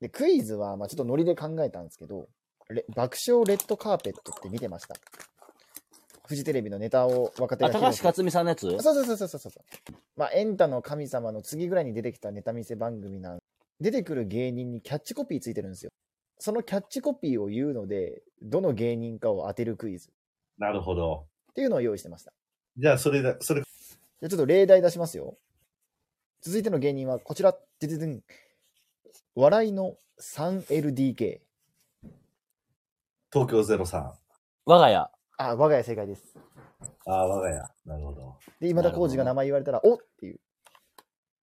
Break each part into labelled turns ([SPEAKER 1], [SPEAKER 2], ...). [SPEAKER 1] で、クイズは、まあちょっとノリで考えたんですけど、レ爆笑レッドカーペットって見てました。フジテレビのネタを若手
[SPEAKER 2] あ、
[SPEAKER 1] が披露
[SPEAKER 2] 高
[SPEAKER 1] す
[SPEAKER 2] 橋
[SPEAKER 1] る
[SPEAKER 2] 克実さんのやつ
[SPEAKER 1] そうそうそうそうそうそう。まあ、エンタの神様の次ぐらいに出てきたネタ見せ番組なん出てくる芸人にキャッチコピーついてるんですよ。そのキャッチコピーを言うので、どの芸人かを当てるクイズっ
[SPEAKER 3] なるほど。
[SPEAKER 1] ていうのを用意してました。
[SPEAKER 3] じゃあ、それだ、それ、
[SPEAKER 1] じゃあちょっと例題出しますよ。続いての芸人はこちら。でででん。笑いの 3LDK。
[SPEAKER 3] 東京03。あ
[SPEAKER 2] 我が家。
[SPEAKER 1] あ、我が家正解です。
[SPEAKER 3] あ、我が家。なるほど。
[SPEAKER 1] で、今田耕司が名前言われたら、おっっていう。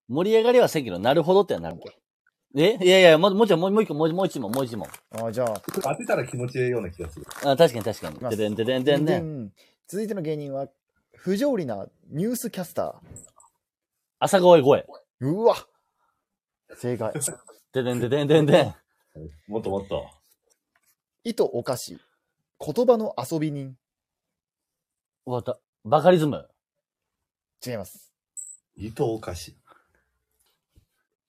[SPEAKER 2] 盛り上がりはせんけど、なるほどってはなる。えいやいや、もう、もうちょい、もうもう一個、もうもう一問、もう一問。
[SPEAKER 1] あじゃあ、
[SPEAKER 3] 当てたら気持ちいいような気がする。
[SPEAKER 2] あ、確かに確か
[SPEAKER 1] まあ
[SPEAKER 2] に。ででんででんでんでん。
[SPEAKER 1] ん続いての芸人は、不条理なニュースキャスター。
[SPEAKER 2] 朝声声。
[SPEAKER 1] うわ正解。
[SPEAKER 2] ででんででんでんでん。
[SPEAKER 3] もっともっと。
[SPEAKER 1] 意図おかし。言葉の遊び人。
[SPEAKER 2] 終わった。バカリズム。
[SPEAKER 1] 違います。
[SPEAKER 3] 伊藤おかし。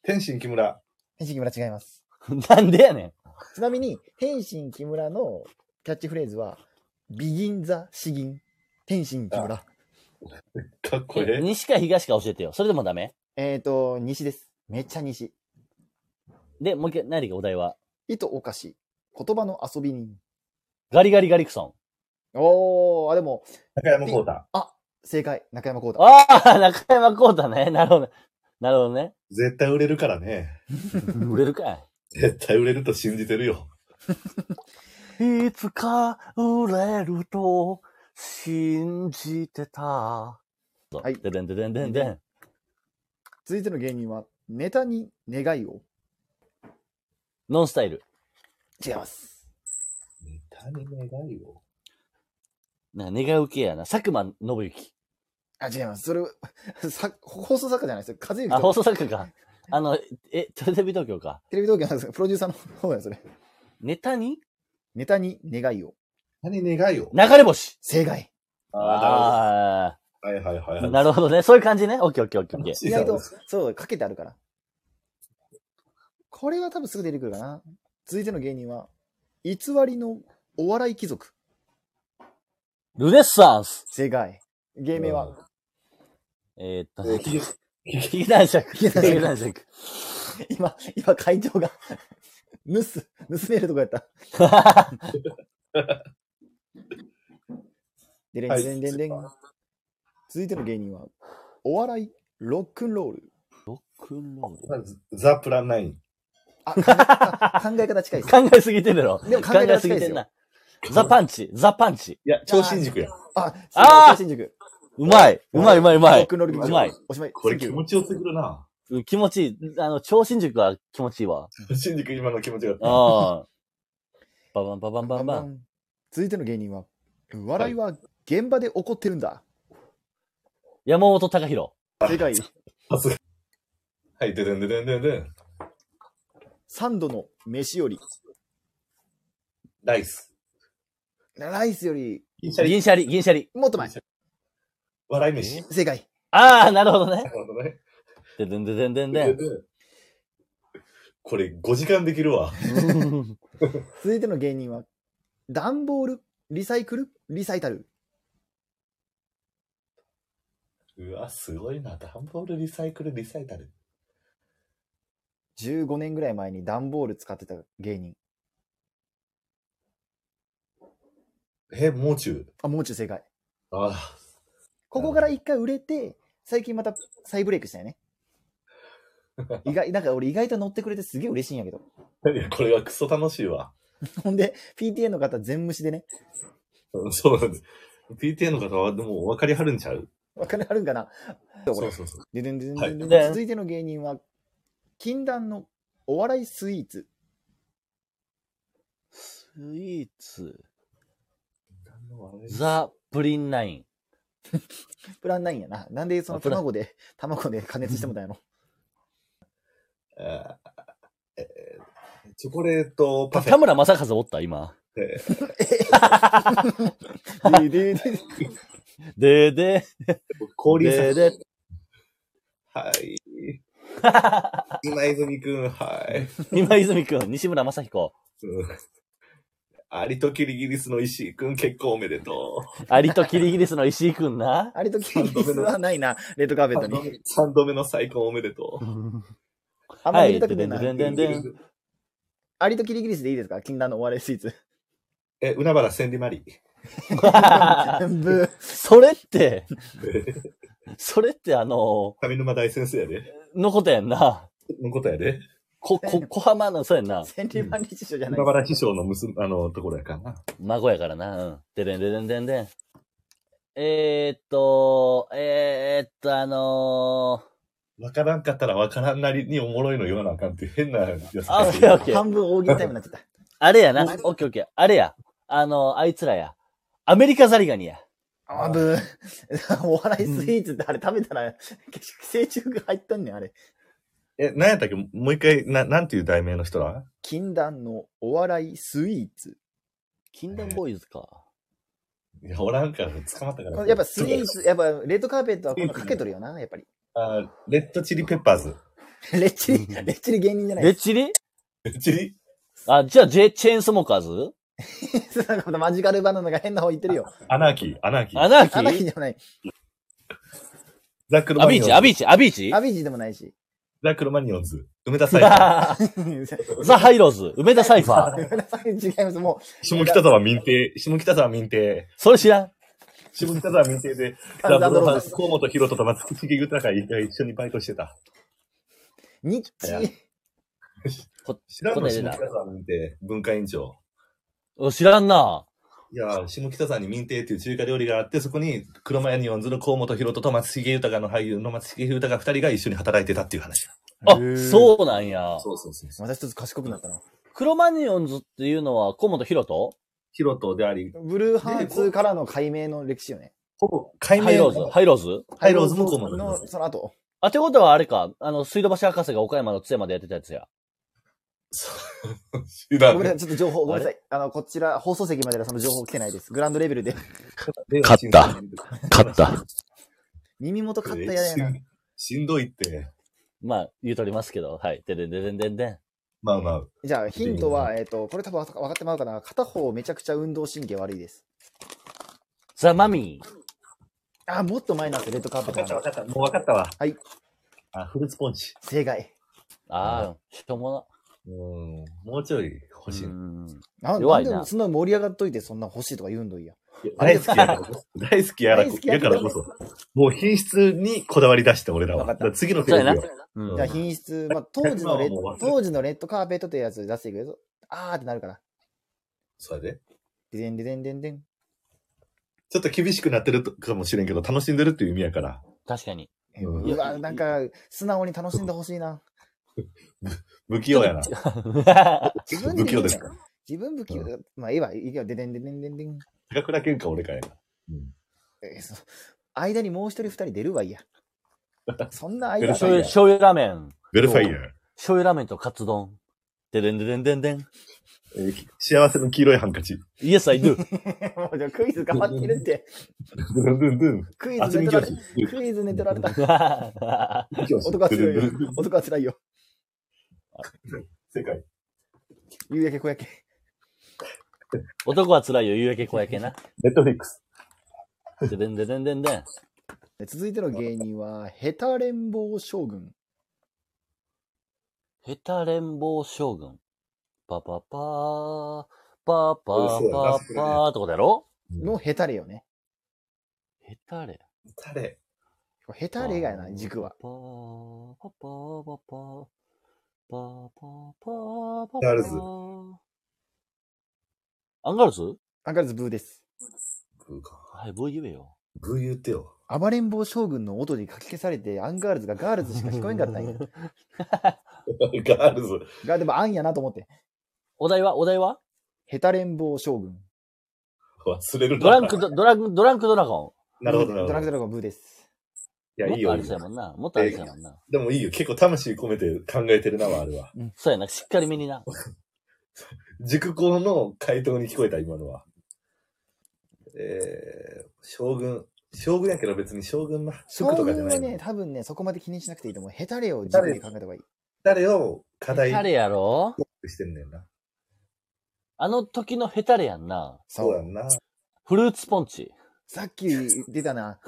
[SPEAKER 3] 天心木村。
[SPEAKER 1] 天心木村違います。
[SPEAKER 2] なんでやねん。
[SPEAKER 1] ちなみに、天心木村のキャッチフレーズは、ビギンザ詩吟。天心木村。
[SPEAKER 3] かっこえ
[SPEAKER 2] え
[SPEAKER 3] え。
[SPEAKER 2] 西か東か教えてよ。それでもダメ
[SPEAKER 1] えっ、ー、と、西です。めっちゃ西。
[SPEAKER 2] で、もう一回、何だっけ、お題は。
[SPEAKER 1] 意図おかし。言葉の遊び人。
[SPEAKER 2] ガリガリガリクソ
[SPEAKER 1] おー、あ、でも、
[SPEAKER 3] 中山浩太。
[SPEAKER 1] 正解。中山幸
[SPEAKER 2] ン。
[SPEAKER 1] 太。
[SPEAKER 2] ああ、中山幸太ね。なるほど。なるほどね。
[SPEAKER 3] 絶対売れるからね。
[SPEAKER 2] 売れるかい。
[SPEAKER 3] 絶対売れると信じてるよ。
[SPEAKER 2] いつか売れると信じてた。はいででんででんでんでん。
[SPEAKER 1] 続いての芸人は、ネタに願いを。
[SPEAKER 2] ノンスタイル。
[SPEAKER 1] 違います。
[SPEAKER 3] ネタに願いを。
[SPEAKER 2] なんか願う系やな。佐久間信之。
[SPEAKER 1] あ、違います。それ、 さ放送作家じゃないですよ。和幸
[SPEAKER 2] あ、
[SPEAKER 1] と
[SPEAKER 2] 放送作家か。あの、え、テレビ東京か。
[SPEAKER 1] テレビ東京なんですけどプロデューサーの方や、それ。
[SPEAKER 2] ネタに
[SPEAKER 1] ネタに願いを。
[SPEAKER 3] ネタに願いを。
[SPEAKER 2] 流れ星。
[SPEAKER 1] 正解。
[SPEAKER 3] あ
[SPEAKER 2] あ
[SPEAKER 3] あ、なるほど。はいはい
[SPEAKER 2] あ
[SPEAKER 3] はい。
[SPEAKER 2] ー、なるほどね。そういう感じね。オッケーオッケーオッケーオッケー。
[SPEAKER 1] 意外と、そう、かけてあるから。これは多分すぐ出てくるかな。続いての芸人は、偽りのお笑い貴族。
[SPEAKER 2] ルネッサンス。
[SPEAKER 1] 正解。芸名は、
[SPEAKER 2] えーっと、
[SPEAKER 3] えーひげ
[SPEAKER 2] 劇団尺。
[SPEAKER 1] 劇団爵
[SPEAKER 2] 劇団尺。
[SPEAKER 1] 今、今会長が、 盗す、盗めるとこやった。でれん
[SPEAKER 3] はい
[SPEAKER 1] でんでんでん。続いての芸人は、お笑い、ロックンロール。
[SPEAKER 2] ロックンロール。
[SPEAKER 3] まずザ・プランナイン。
[SPEAKER 1] あ、考えあ考え方近いです。
[SPEAKER 2] 考えすぎてるやろ。
[SPEAKER 1] でも考え方近いですよ。。
[SPEAKER 2] ザパンチ、ザパンチ。
[SPEAKER 3] いや、超新塾や。
[SPEAKER 1] あ、
[SPEAKER 2] あー
[SPEAKER 1] 新宿。
[SPEAKER 2] うまい。うまいうまいうま
[SPEAKER 1] ロッ
[SPEAKER 2] い
[SPEAKER 1] ク。ンロール劇場
[SPEAKER 2] うまい。
[SPEAKER 1] おしまい。
[SPEAKER 3] これ気
[SPEAKER 1] センキュー
[SPEAKER 3] 持ちよすぎるな。
[SPEAKER 2] うん気持ちいい。あの、超新塾は気持ちいいわ。
[SPEAKER 3] 新塾今の気持ちが。
[SPEAKER 2] ああ。ババンババンバンバン。
[SPEAKER 1] 続いての芸人は、笑いは現場で起こってるんだ。
[SPEAKER 2] 山本隆弘。
[SPEAKER 1] 世界
[SPEAKER 3] さすが。はい、ででんででんでんでん。
[SPEAKER 1] 3度の飯より、
[SPEAKER 3] ライス。
[SPEAKER 1] ライスより、
[SPEAKER 3] 銀シャリ。
[SPEAKER 2] 銀シャリ、銀シャリ。
[SPEAKER 1] もっと前。
[SPEAKER 3] 笑い飯。
[SPEAKER 1] 正解。
[SPEAKER 2] ああ、なるほどね
[SPEAKER 3] な。るほどね。
[SPEAKER 2] ででんででんでんでん。
[SPEAKER 3] これ5時間できるわ。
[SPEAKER 2] うん
[SPEAKER 1] 続いての芸人は、段ボール、リサイクル、リサイタル。
[SPEAKER 3] うわ、すごいな。段ボールリサイクルリサイタル。
[SPEAKER 1] 15年ぐらい前に段ボール使ってた芸人。
[SPEAKER 3] え、もう中。
[SPEAKER 1] あ、もう中正解。
[SPEAKER 3] ああ。
[SPEAKER 1] ここから一回売れて、最近また再ブレイクしたよ ね。意外、なんか俺意外と乗ってくれてすげえ嬉しいんやけど。
[SPEAKER 3] いやこれはクソ楽しいわ。
[SPEAKER 1] ほんで、PTA の方全無視でね、
[SPEAKER 3] うんそうなんです。PTA の方はでもお分かりはるんちゃう
[SPEAKER 1] わかるあるんかな
[SPEAKER 3] そうそうそう。
[SPEAKER 1] ででんででんでんでん
[SPEAKER 2] はい
[SPEAKER 1] 続いての芸人は、禁断のお笑いスイーツ。
[SPEAKER 2] スイーツ。ザ・プリンナイン。
[SPEAKER 1] プランないんやな。なんでその
[SPEAKER 2] あプラン
[SPEAKER 1] 卵で、卵で加熱してもたんやろ。
[SPEAKER 3] あーえーチョコレートパフェ
[SPEAKER 2] 田。村正和おった今。
[SPEAKER 3] え
[SPEAKER 1] でででで
[SPEAKER 2] でで、
[SPEAKER 3] ー氷さ
[SPEAKER 2] でで、
[SPEAKER 3] はい。今泉くん、はい。
[SPEAKER 2] 今泉くん、西村正彦、
[SPEAKER 3] うんアリとキリギリスの石井くん結婚おめでと
[SPEAKER 2] アリとキリギリスの石井くんな。
[SPEAKER 1] あれとキリギリスはないな、レッドカー
[SPEAKER 3] う。
[SPEAKER 1] ペットに。
[SPEAKER 3] 3度目の再婚おめでと
[SPEAKER 1] あんま
[SPEAKER 2] は
[SPEAKER 1] り入れ
[SPEAKER 2] い、で
[SPEAKER 1] た
[SPEAKER 2] で
[SPEAKER 1] く
[SPEAKER 2] で
[SPEAKER 1] ない。
[SPEAKER 2] でんでん。
[SPEAKER 1] アリとキリギリスでいいですか禁断のお笑いスイーツ。
[SPEAKER 3] う。え、海原千里マリ。
[SPEAKER 1] ブー
[SPEAKER 2] それって、それってあの、
[SPEAKER 3] 上沼大先生やで。
[SPEAKER 2] のことやんな。
[SPEAKER 3] のことやで。
[SPEAKER 2] こ、こ、小浜の、そうやんな。
[SPEAKER 1] 千里万里師匠じゃない
[SPEAKER 3] 海
[SPEAKER 1] です
[SPEAKER 3] 原師匠の娘、あの、ところやからな。
[SPEAKER 2] 孫やからな。うん。ででんででんでんでん。えー、っと、えー、っと、あの
[SPEAKER 3] わからんかったらわからんなりにおもろいの言わなあかんっていう変なやつ。
[SPEAKER 2] ー、あ、オッケーオッケー。
[SPEAKER 1] 半分大喜利タイムになって た。
[SPEAKER 2] あれやな。オッケーオッケー。あれや。あの、あいつらや。アメリカザリガニや。
[SPEAKER 1] あぶー お笑いスイーツってあれ食べたら、 結局成虫が入っとんねん、あれ。
[SPEAKER 3] え、何やったっけもう一回、な、なんていう題名の人だ
[SPEAKER 1] 禁断のお笑いスイーツ。
[SPEAKER 2] 禁断ボーイズか。
[SPEAKER 3] いや、おらんから、捕まったから。
[SPEAKER 1] やっぱスイーツ、やっぱレッドカーペットはこのかけとるよな、やっぱり。
[SPEAKER 3] あーレッドチリペッパーズ。
[SPEAKER 1] レッチリ、レッチリ芸人じゃない
[SPEAKER 2] レッ
[SPEAKER 1] で
[SPEAKER 2] チリ
[SPEAKER 3] レッドチリ
[SPEAKER 2] あ、じゃあ、ジェ、チェーンスモーカーズ
[SPEAKER 1] す。 なんかこのマジカルバナナが変な方言ってる よ。
[SPEAKER 3] アナーキー、アナーキ
[SPEAKER 2] ア
[SPEAKER 3] ー。
[SPEAKER 2] ナーキ
[SPEAKER 1] アナキー
[SPEAKER 2] ー
[SPEAKER 1] じゃない。
[SPEAKER 3] ザクロ
[SPEAKER 2] ア
[SPEAKER 3] マニ
[SPEAKER 2] ビーチ、
[SPEAKER 3] オンズ。
[SPEAKER 2] アビーチ、アビーチ
[SPEAKER 1] アビージでもない し。
[SPEAKER 3] ザクロマニオンズ。梅田サイファー。
[SPEAKER 2] ザ・ ハイローズ、梅田サイファー。
[SPEAKER 1] ごめんなさい違います。も
[SPEAKER 3] 下北沢民邸。下北沢民邸。
[SPEAKER 2] それ知らん。
[SPEAKER 3] 下北沢民邸 で、
[SPEAKER 1] ガンズ
[SPEAKER 3] ダ
[SPEAKER 1] アン
[SPEAKER 3] ブ
[SPEAKER 1] ド
[SPEAKER 3] ル
[SPEAKER 1] ロ
[SPEAKER 3] ハ
[SPEAKER 1] ー
[SPEAKER 3] ウ
[SPEAKER 1] ズ
[SPEAKER 3] ス、河本ロ人と松木豊が一緒にバイトしてた。
[SPEAKER 1] う、ニッチ。
[SPEAKER 2] こ
[SPEAKER 3] 知らんの
[SPEAKER 2] 答え
[SPEAKER 3] 下
[SPEAKER 2] 出た
[SPEAKER 3] 北沢民邸、文化委員長。
[SPEAKER 2] お知らんな。
[SPEAKER 3] いやー、下北沢に民邸っていう中華料理があって、そこに、黒マヤニオンズの河本ロ人と松重豊の俳優の松重豊が二人が一緒に働いてたっていう話。
[SPEAKER 2] あ
[SPEAKER 1] へ、ー
[SPEAKER 2] そうなんや。
[SPEAKER 3] そうそうそうそう。
[SPEAKER 1] 私一つ賢くなったな。
[SPEAKER 2] クロマニオンズっていうのは、小本博人
[SPEAKER 3] ヒロトであり、
[SPEAKER 1] ブルーハーツからの解明の歴史よね。
[SPEAKER 3] ほぼ、解
[SPEAKER 2] ハイローズ、
[SPEAKER 3] の
[SPEAKER 2] ハイローズ
[SPEAKER 3] ハイローズもこうもなりま
[SPEAKER 1] の、
[SPEAKER 3] す。
[SPEAKER 1] その後。
[SPEAKER 2] あ、てことはあれか、あの、水道橋博士が岡山の津山でやってたやつや。
[SPEAKER 3] そう知ら
[SPEAKER 1] ごめんなさい、ち
[SPEAKER 3] ん。
[SPEAKER 1] ょっと情報、ごめんなさい。あの、こちら、放送席まではその情報来てないです。グランドレベルで。
[SPEAKER 2] 勝った。勝った。
[SPEAKER 1] 耳元買ったや
[SPEAKER 3] し
[SPEAKER 1] や な。
[SPEAKER 3] んしんどいって。
[SPEAKER 2] まあ、言うとりますけど、はい。ででんででんでんでん。
[SPEAKER 3] まあまあ。
[SPEAKER 1] じゃあ、ヒントは、えっ、と、これ多分わかってまうかな。片方めちゃくちゃ運動神経悪いです。
[SPEAKER 2] ザ・マミー。
[SPEAKER 1] あ、もっと前なんですよレッドカーペットなの。
[SPEAKER 3] かった。もうわかったわ。
[SPEAKER 1] はい。
[SPEAKER 3] あ、フルーツポンチ。
[SPEAKER 1] 正解。
[SPEAKER 2] ああ、しょうも
[SPEAKER 3] うん。もうちょい欲
[SPEAKER 2] な。
[SPEAKER 3] しい。
[SPEAKER 2] うん
[SPEAKER 1] なん
[SPEAKER 2] 弱い
[SPEAKER 1] な
[SPEAKER 2] なん
[SPEAKER 1] でそんな盛り上がっといて、そんな欲しいとか言うんどいや。
[SPEAKER 3] いや大好きや からこそ。大好きやから
[SPEAKER 1] 大
[SPEAKER 3] こ
[SPEAKER 1] 好きやからこ
[SPEAKER 3] そ。もう品質にこだわり出して、俺らは。
[SPEAKER 1] わかった
[SPEAKER 3] だら次の
[SPEAKER 2] そうやな
[SPEAKER 3] ページよ。
[SPEAKER 2] うん
[SPEAKER 1] じゃあ、品質、まあ、当時のレッ
[SPEAKER 3] 今はもう忘れてる
[SPEAKER 1] 当時のレッドカーペットってやつ出していくよ。あーってなるから。
[SPEAKER 3] それで。
[SPEAKER 1] ででんででんでんでん。
[SPEAKER 3] ちょっと厳しくなってるかもしれんけど、楽しんでるっていう意味やから。
[SPEAKER 2] 確かに。
[SPEAKER 3] うん
[SPEAKER 1] うわ、なんか、素直に楽しんでほしいな。
[SPEAKER 3] 不器用やな。
[SPEAKER 1] 自分で
[SPEAKER 3] 不器
[SPEAKER 1] 言
[SPEAKER 3] 用
[SPEAKER 1] う
[SPEAKER 3] で
[SPEAKER 1] な
[SPEAKER 3] す
[SPEAKER 1] よ
[SPEAKER 3] か。
[SPEAKER 1] 自分不器用。まあ、いいわ、いいよ、ででんででんでんでん。
[SPEAKER 3] 高倉健か俺かやな。
[SPEAKER 1] えーそう間にもう一人二人出るわ、 いや。そんな間
[SPEAKER 2] 醤
[SPEAKER 1] ない
[SPEAKER 2] 油、
[SPEAKER 1] や。
[SPEAKER 2] 醤油ラーメン。
[SPEAKER 3] ベルファイヤー。
[SPEAKER 2] 醤油ラーメンとカツ丼。ででんででんでんでん。
[SPEAKER 3] えーき幸せの黄色いハンカチ。
[SPEAKER 2] Yes, I do.
[SPEAKER 1] もうじゃあクイズ頑張ってるって。
[SPEAKER 3] ドゥンドゥンドゥン。
[SPEAKER 1] クイズ
[SPEAKER 3] 厚
[SPEAKER 1] 寝
[SPEAKER 3] み
[SPEAKER 1] 取ら
[SPEAKER 3] 教
[SPEAKER 1] れ
[SPEAKER 3] 師。
[SPEAKER 1] クイズ寝取られた。
[SPEAKER 3] 教師
[SPEAKER 1] 男は強いよ
[SPEAKER 3] ドゥンドゥンドゥン。
[SPEAKER 1] 男は辛いよ。
[SPEAKER 3] 世界。
[SPEAKER 1] 夕焼け小焼け。
[SPEAKER 2] 男は辛いよ、夕焼け小焼けな。
[SPEAKER 3] ネットフリックス。
[SPEAKER 2] ででんででんでんでん。
[SPEAKER 1] で続いての芸人は、ヘタレンボー将軍。
[SPEAKER 2] ヘタレンボー将軍。パパパー、パーパーパーパーってことやろ
[SPEAKER 1] のヘタレよね。
[SPEAKER 2] ヘタレ。
[SPEAKER 3] 誰
[SPEAKER 1] これヘタレ以外やな、軸は。
[SPEAKER 2] パーパーパーパーパーパーパーパーパー
[SPEAKER 3] ガールズ
[SPEAKER 2] アンガールズ
[SPEAKER 1] アンガールズブーです。
[SPEAKER 3] ブーか。
[SPEAKER 2] はい、ブー言えよ。
[SPEAKER 3] ブー言ってよ。
[SPEAKER 1] 暴れん坊将軍の音でかき消されて、アンガールズがガールズしか聞こえんか ったんや。
[SPEAKER 3] ガールズ。
[SPEAKER 1] が、でもアンやなと思って。
[SPEAKER 2] お題はお題は
[SPEAKER 1] ヘタレンボー将軍。
[SPEAKER 3] 忘れるな
[SPEAKER 2] ドランクド、ドラン、ドランクドラゴ
[SPEAKER 3] なるほど、な
[SPEAKER 1] ド
[SPEAKER 3] る
[SPEAKER 1] ラ
[SPEAKER 3] ほ
[SPEAKER 1] ク
[SPEAKER 3] ど。
[SPEAKER 1] ドラゴンブーです。
[SPEAKER 3] い
[SPEAKER 2] ン。
[SPEAKER 3] や、
[SPEAKER 2] も
[SPEAKER 3] い
[SPEAKER 2] っ
[SPEAKER 3] い
[SPEAKER 2] とあ
[SPEAKER 3] よ。い
[SPEAKER 2] り
[SPEAKER 3] い
[SPEAKER 2] そう
[SPEAKER 3] よ
[SPEAKER 2] やもんな。もっとありそうやもんな。
[SPEAKER 3] でもいいよ。結構魂込めて考えてるな、あれは。
[SPEAKER 2] そうやな、しっかりめにな。
[SPEAKER 3] 塾校の回答に聞こえた、今のは。えー、将軍。将軍やけど別に将軍の
[SPEAKER 1] 将
[SPEAKER 3] 服とかじゃ
[SPEAKER 1] 軍は
[SPEAKER 3] な。
[SPEAKER 1] いね、多分ね、そこまで気にしなくていいと思う。ヘタレを自分で考えた方がいい。
[SPEAKER 3] 誰を課題
[SPEAKER 2] ヘタレやろ
[SPEAKER 3] してんねんな。
[SPEAKER 2] あの時のヘタレやんな。
[SPEAKER 3] そう
[SPEAKER 1] そ
[SPEAKER 3] や
[SPEAKER 1] うん
[SPEAKER 3] な。
[SPEAKER 2] フルーツポンチ。
[SPEAKER 1] さっき出た な。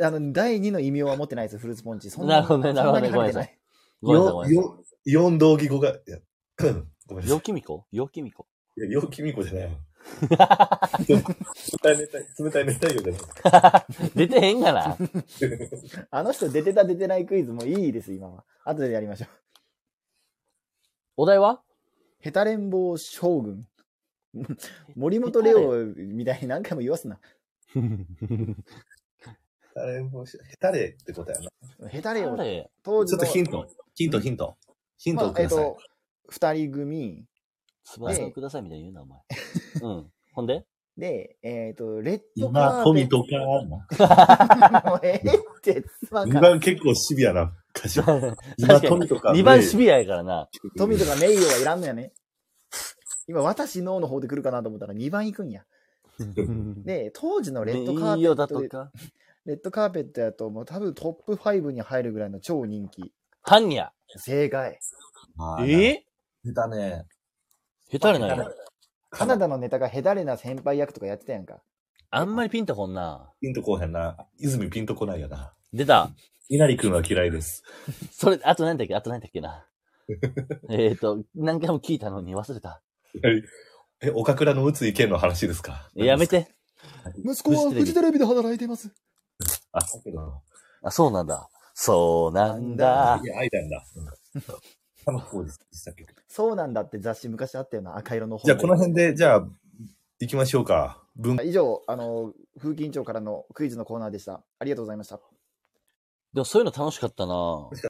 [SPEAKER 1] あの、第2の異名は持ってないですよ、フルーツポンチ。そん
[SPEAKER 2] な
[SPEAKER 1] な
[SPEAKER 2] るほどねなるほどね
[SPEAKER 1] そんなにかけてない
[SPEAKER 2] ごめんなさい、ごめんなさ
[SPEAKER 3] よ、四道義語が、いや ご
[SPEAKER 2] い。
[SPEAKER 3] めんなさ
[SPEAKER 2] よ
[SPEAKER 3] い。
[SPEAKER 2] きみこよきみこ。
[SPEAKER 3] いや、陽気みこじ ゃないもん。冷たい冷たい、冷たい熱帯魚じゃない。
[SPEAKER 2] 出てへんが な。
[SPEAKER 1] あの人出てた出てないクイズもいいです、今は。後でやりましょう。
[SPEAKER 2] お題 は
[SPEAKER 1] ヘタレンボー将軍。森本レオみたいに何回も言わすな。
[SPEAKER 3] 誰もし、誰ってことやな。
[SPEAKER 1] ヘタ
[SPEAKER 2] あ
[SPEAKER 1] レオ、
[SPEAKER 2] れ
[SPEAKER 1] 当
[SPEAKER 3] ち
[SPEAKER 1] 時
[SPEAKER 3] ょっ
[SPEAKER 1] の、
[SPEAKER 3] とヒント、ヒント、ヒント。ヒン
[SPEAKER 1] ま
[SPEAKER 3] ト
[SPEAKER 1] あ
[SPEAKER 3] をく
[SPEAKER 1] えっ
[SPEAKER 3] ださい。
[SPEAKER 1] と、二人組
[SPEAKER 2] 翼をくださいみたいに言うな、お 前。 うん。ほんで
[SPEAKER 1] で、えっ、と、レッドカ
[SPEAKER 3] 今、
[SPEAKER 1] ーペッ
[SPEAKER 3] 富
[SPEAKER 1] ト。
[SPEAKER 3] とかあんの、
[SPEAKER 1] もうええって、つまん
[SPEAKER 3] 2
[SPEAKER 1] か。
[SPEAKER 3] 番結構シビアな歌詞。今、
[SPEAKER 2] 確かに
[SPEAKER 3] 富とか。
[SPEAKER 2] 2番シビアやからな。
[SPEAKER 1] 富とか名誉はいらんのやね。今、私のの方で来るかなと思ったら2番行くんや。で、当時のレッドカー
[SPEAKER 2] いい
[SPEAKER 1] ペ
[SPEAKER 2] よ
[SPEAKER 1] ッ
[SPEAKER 2] だ
[SPEAKER 1] ト
[SPEAKER 2] と
[SPEAKER 1] で、
[SPEAKER 2] か。
[SPEAKER 1] レッドカーペットやと、もう多分トップ5に入るぐらいの超人気。
[SPEAKER 2] ハンニャ。
[SPEAKER 1] 正解。
[SPEAKER 3] え
[SPEAKER 2] え
[SPEAKER 3] 出たね。
[SPEAKER 2] 下手れないよ。
[SPEAKER 1] カナダのネタがヘダレな先輩役とかやってたやんか。
[SPEAKER 2] あんまりピンとこんな。
[SPEAKER 3] ピンとこうへんな。泉ピンとこないよな。
[SPEAKER 2] 出た。
[SPEAKER 3] 稲荷くんは嫌いです。
[SPEAKER 2] それ、あと何だっけあと何だっけ な。えっと、何回も聞いたのに忘れた。
[SPEAKER 3] え、岡倉の宇津井健の話ですか
[SPEAKER 2] やめ。て。
[SPEAKER 1] 息
[SPEAKER 2] 子はフジテ
[SPEAKER 1] レビで働いています。
[SPEAKER 3] あ、だけど。
[SPEAKER 2] あ、そうなんだ。そうなんだ
[SPEAKER 3] い。や、愛だん だ。うん。楽しそうでしたっけ
[SPEAKER 1] そうなんだって雑誌昔あったよな、赤色の本。
[SPEAKER 3] じゃあ、この辺で、じゃあ、行きましょうか。文
[SPEAKER 1] 以上、あの、風紀委員長からのクイズのコーナーでした。ありがとうございました。
[SPEAKER 2] でもそういうの楽しかったな。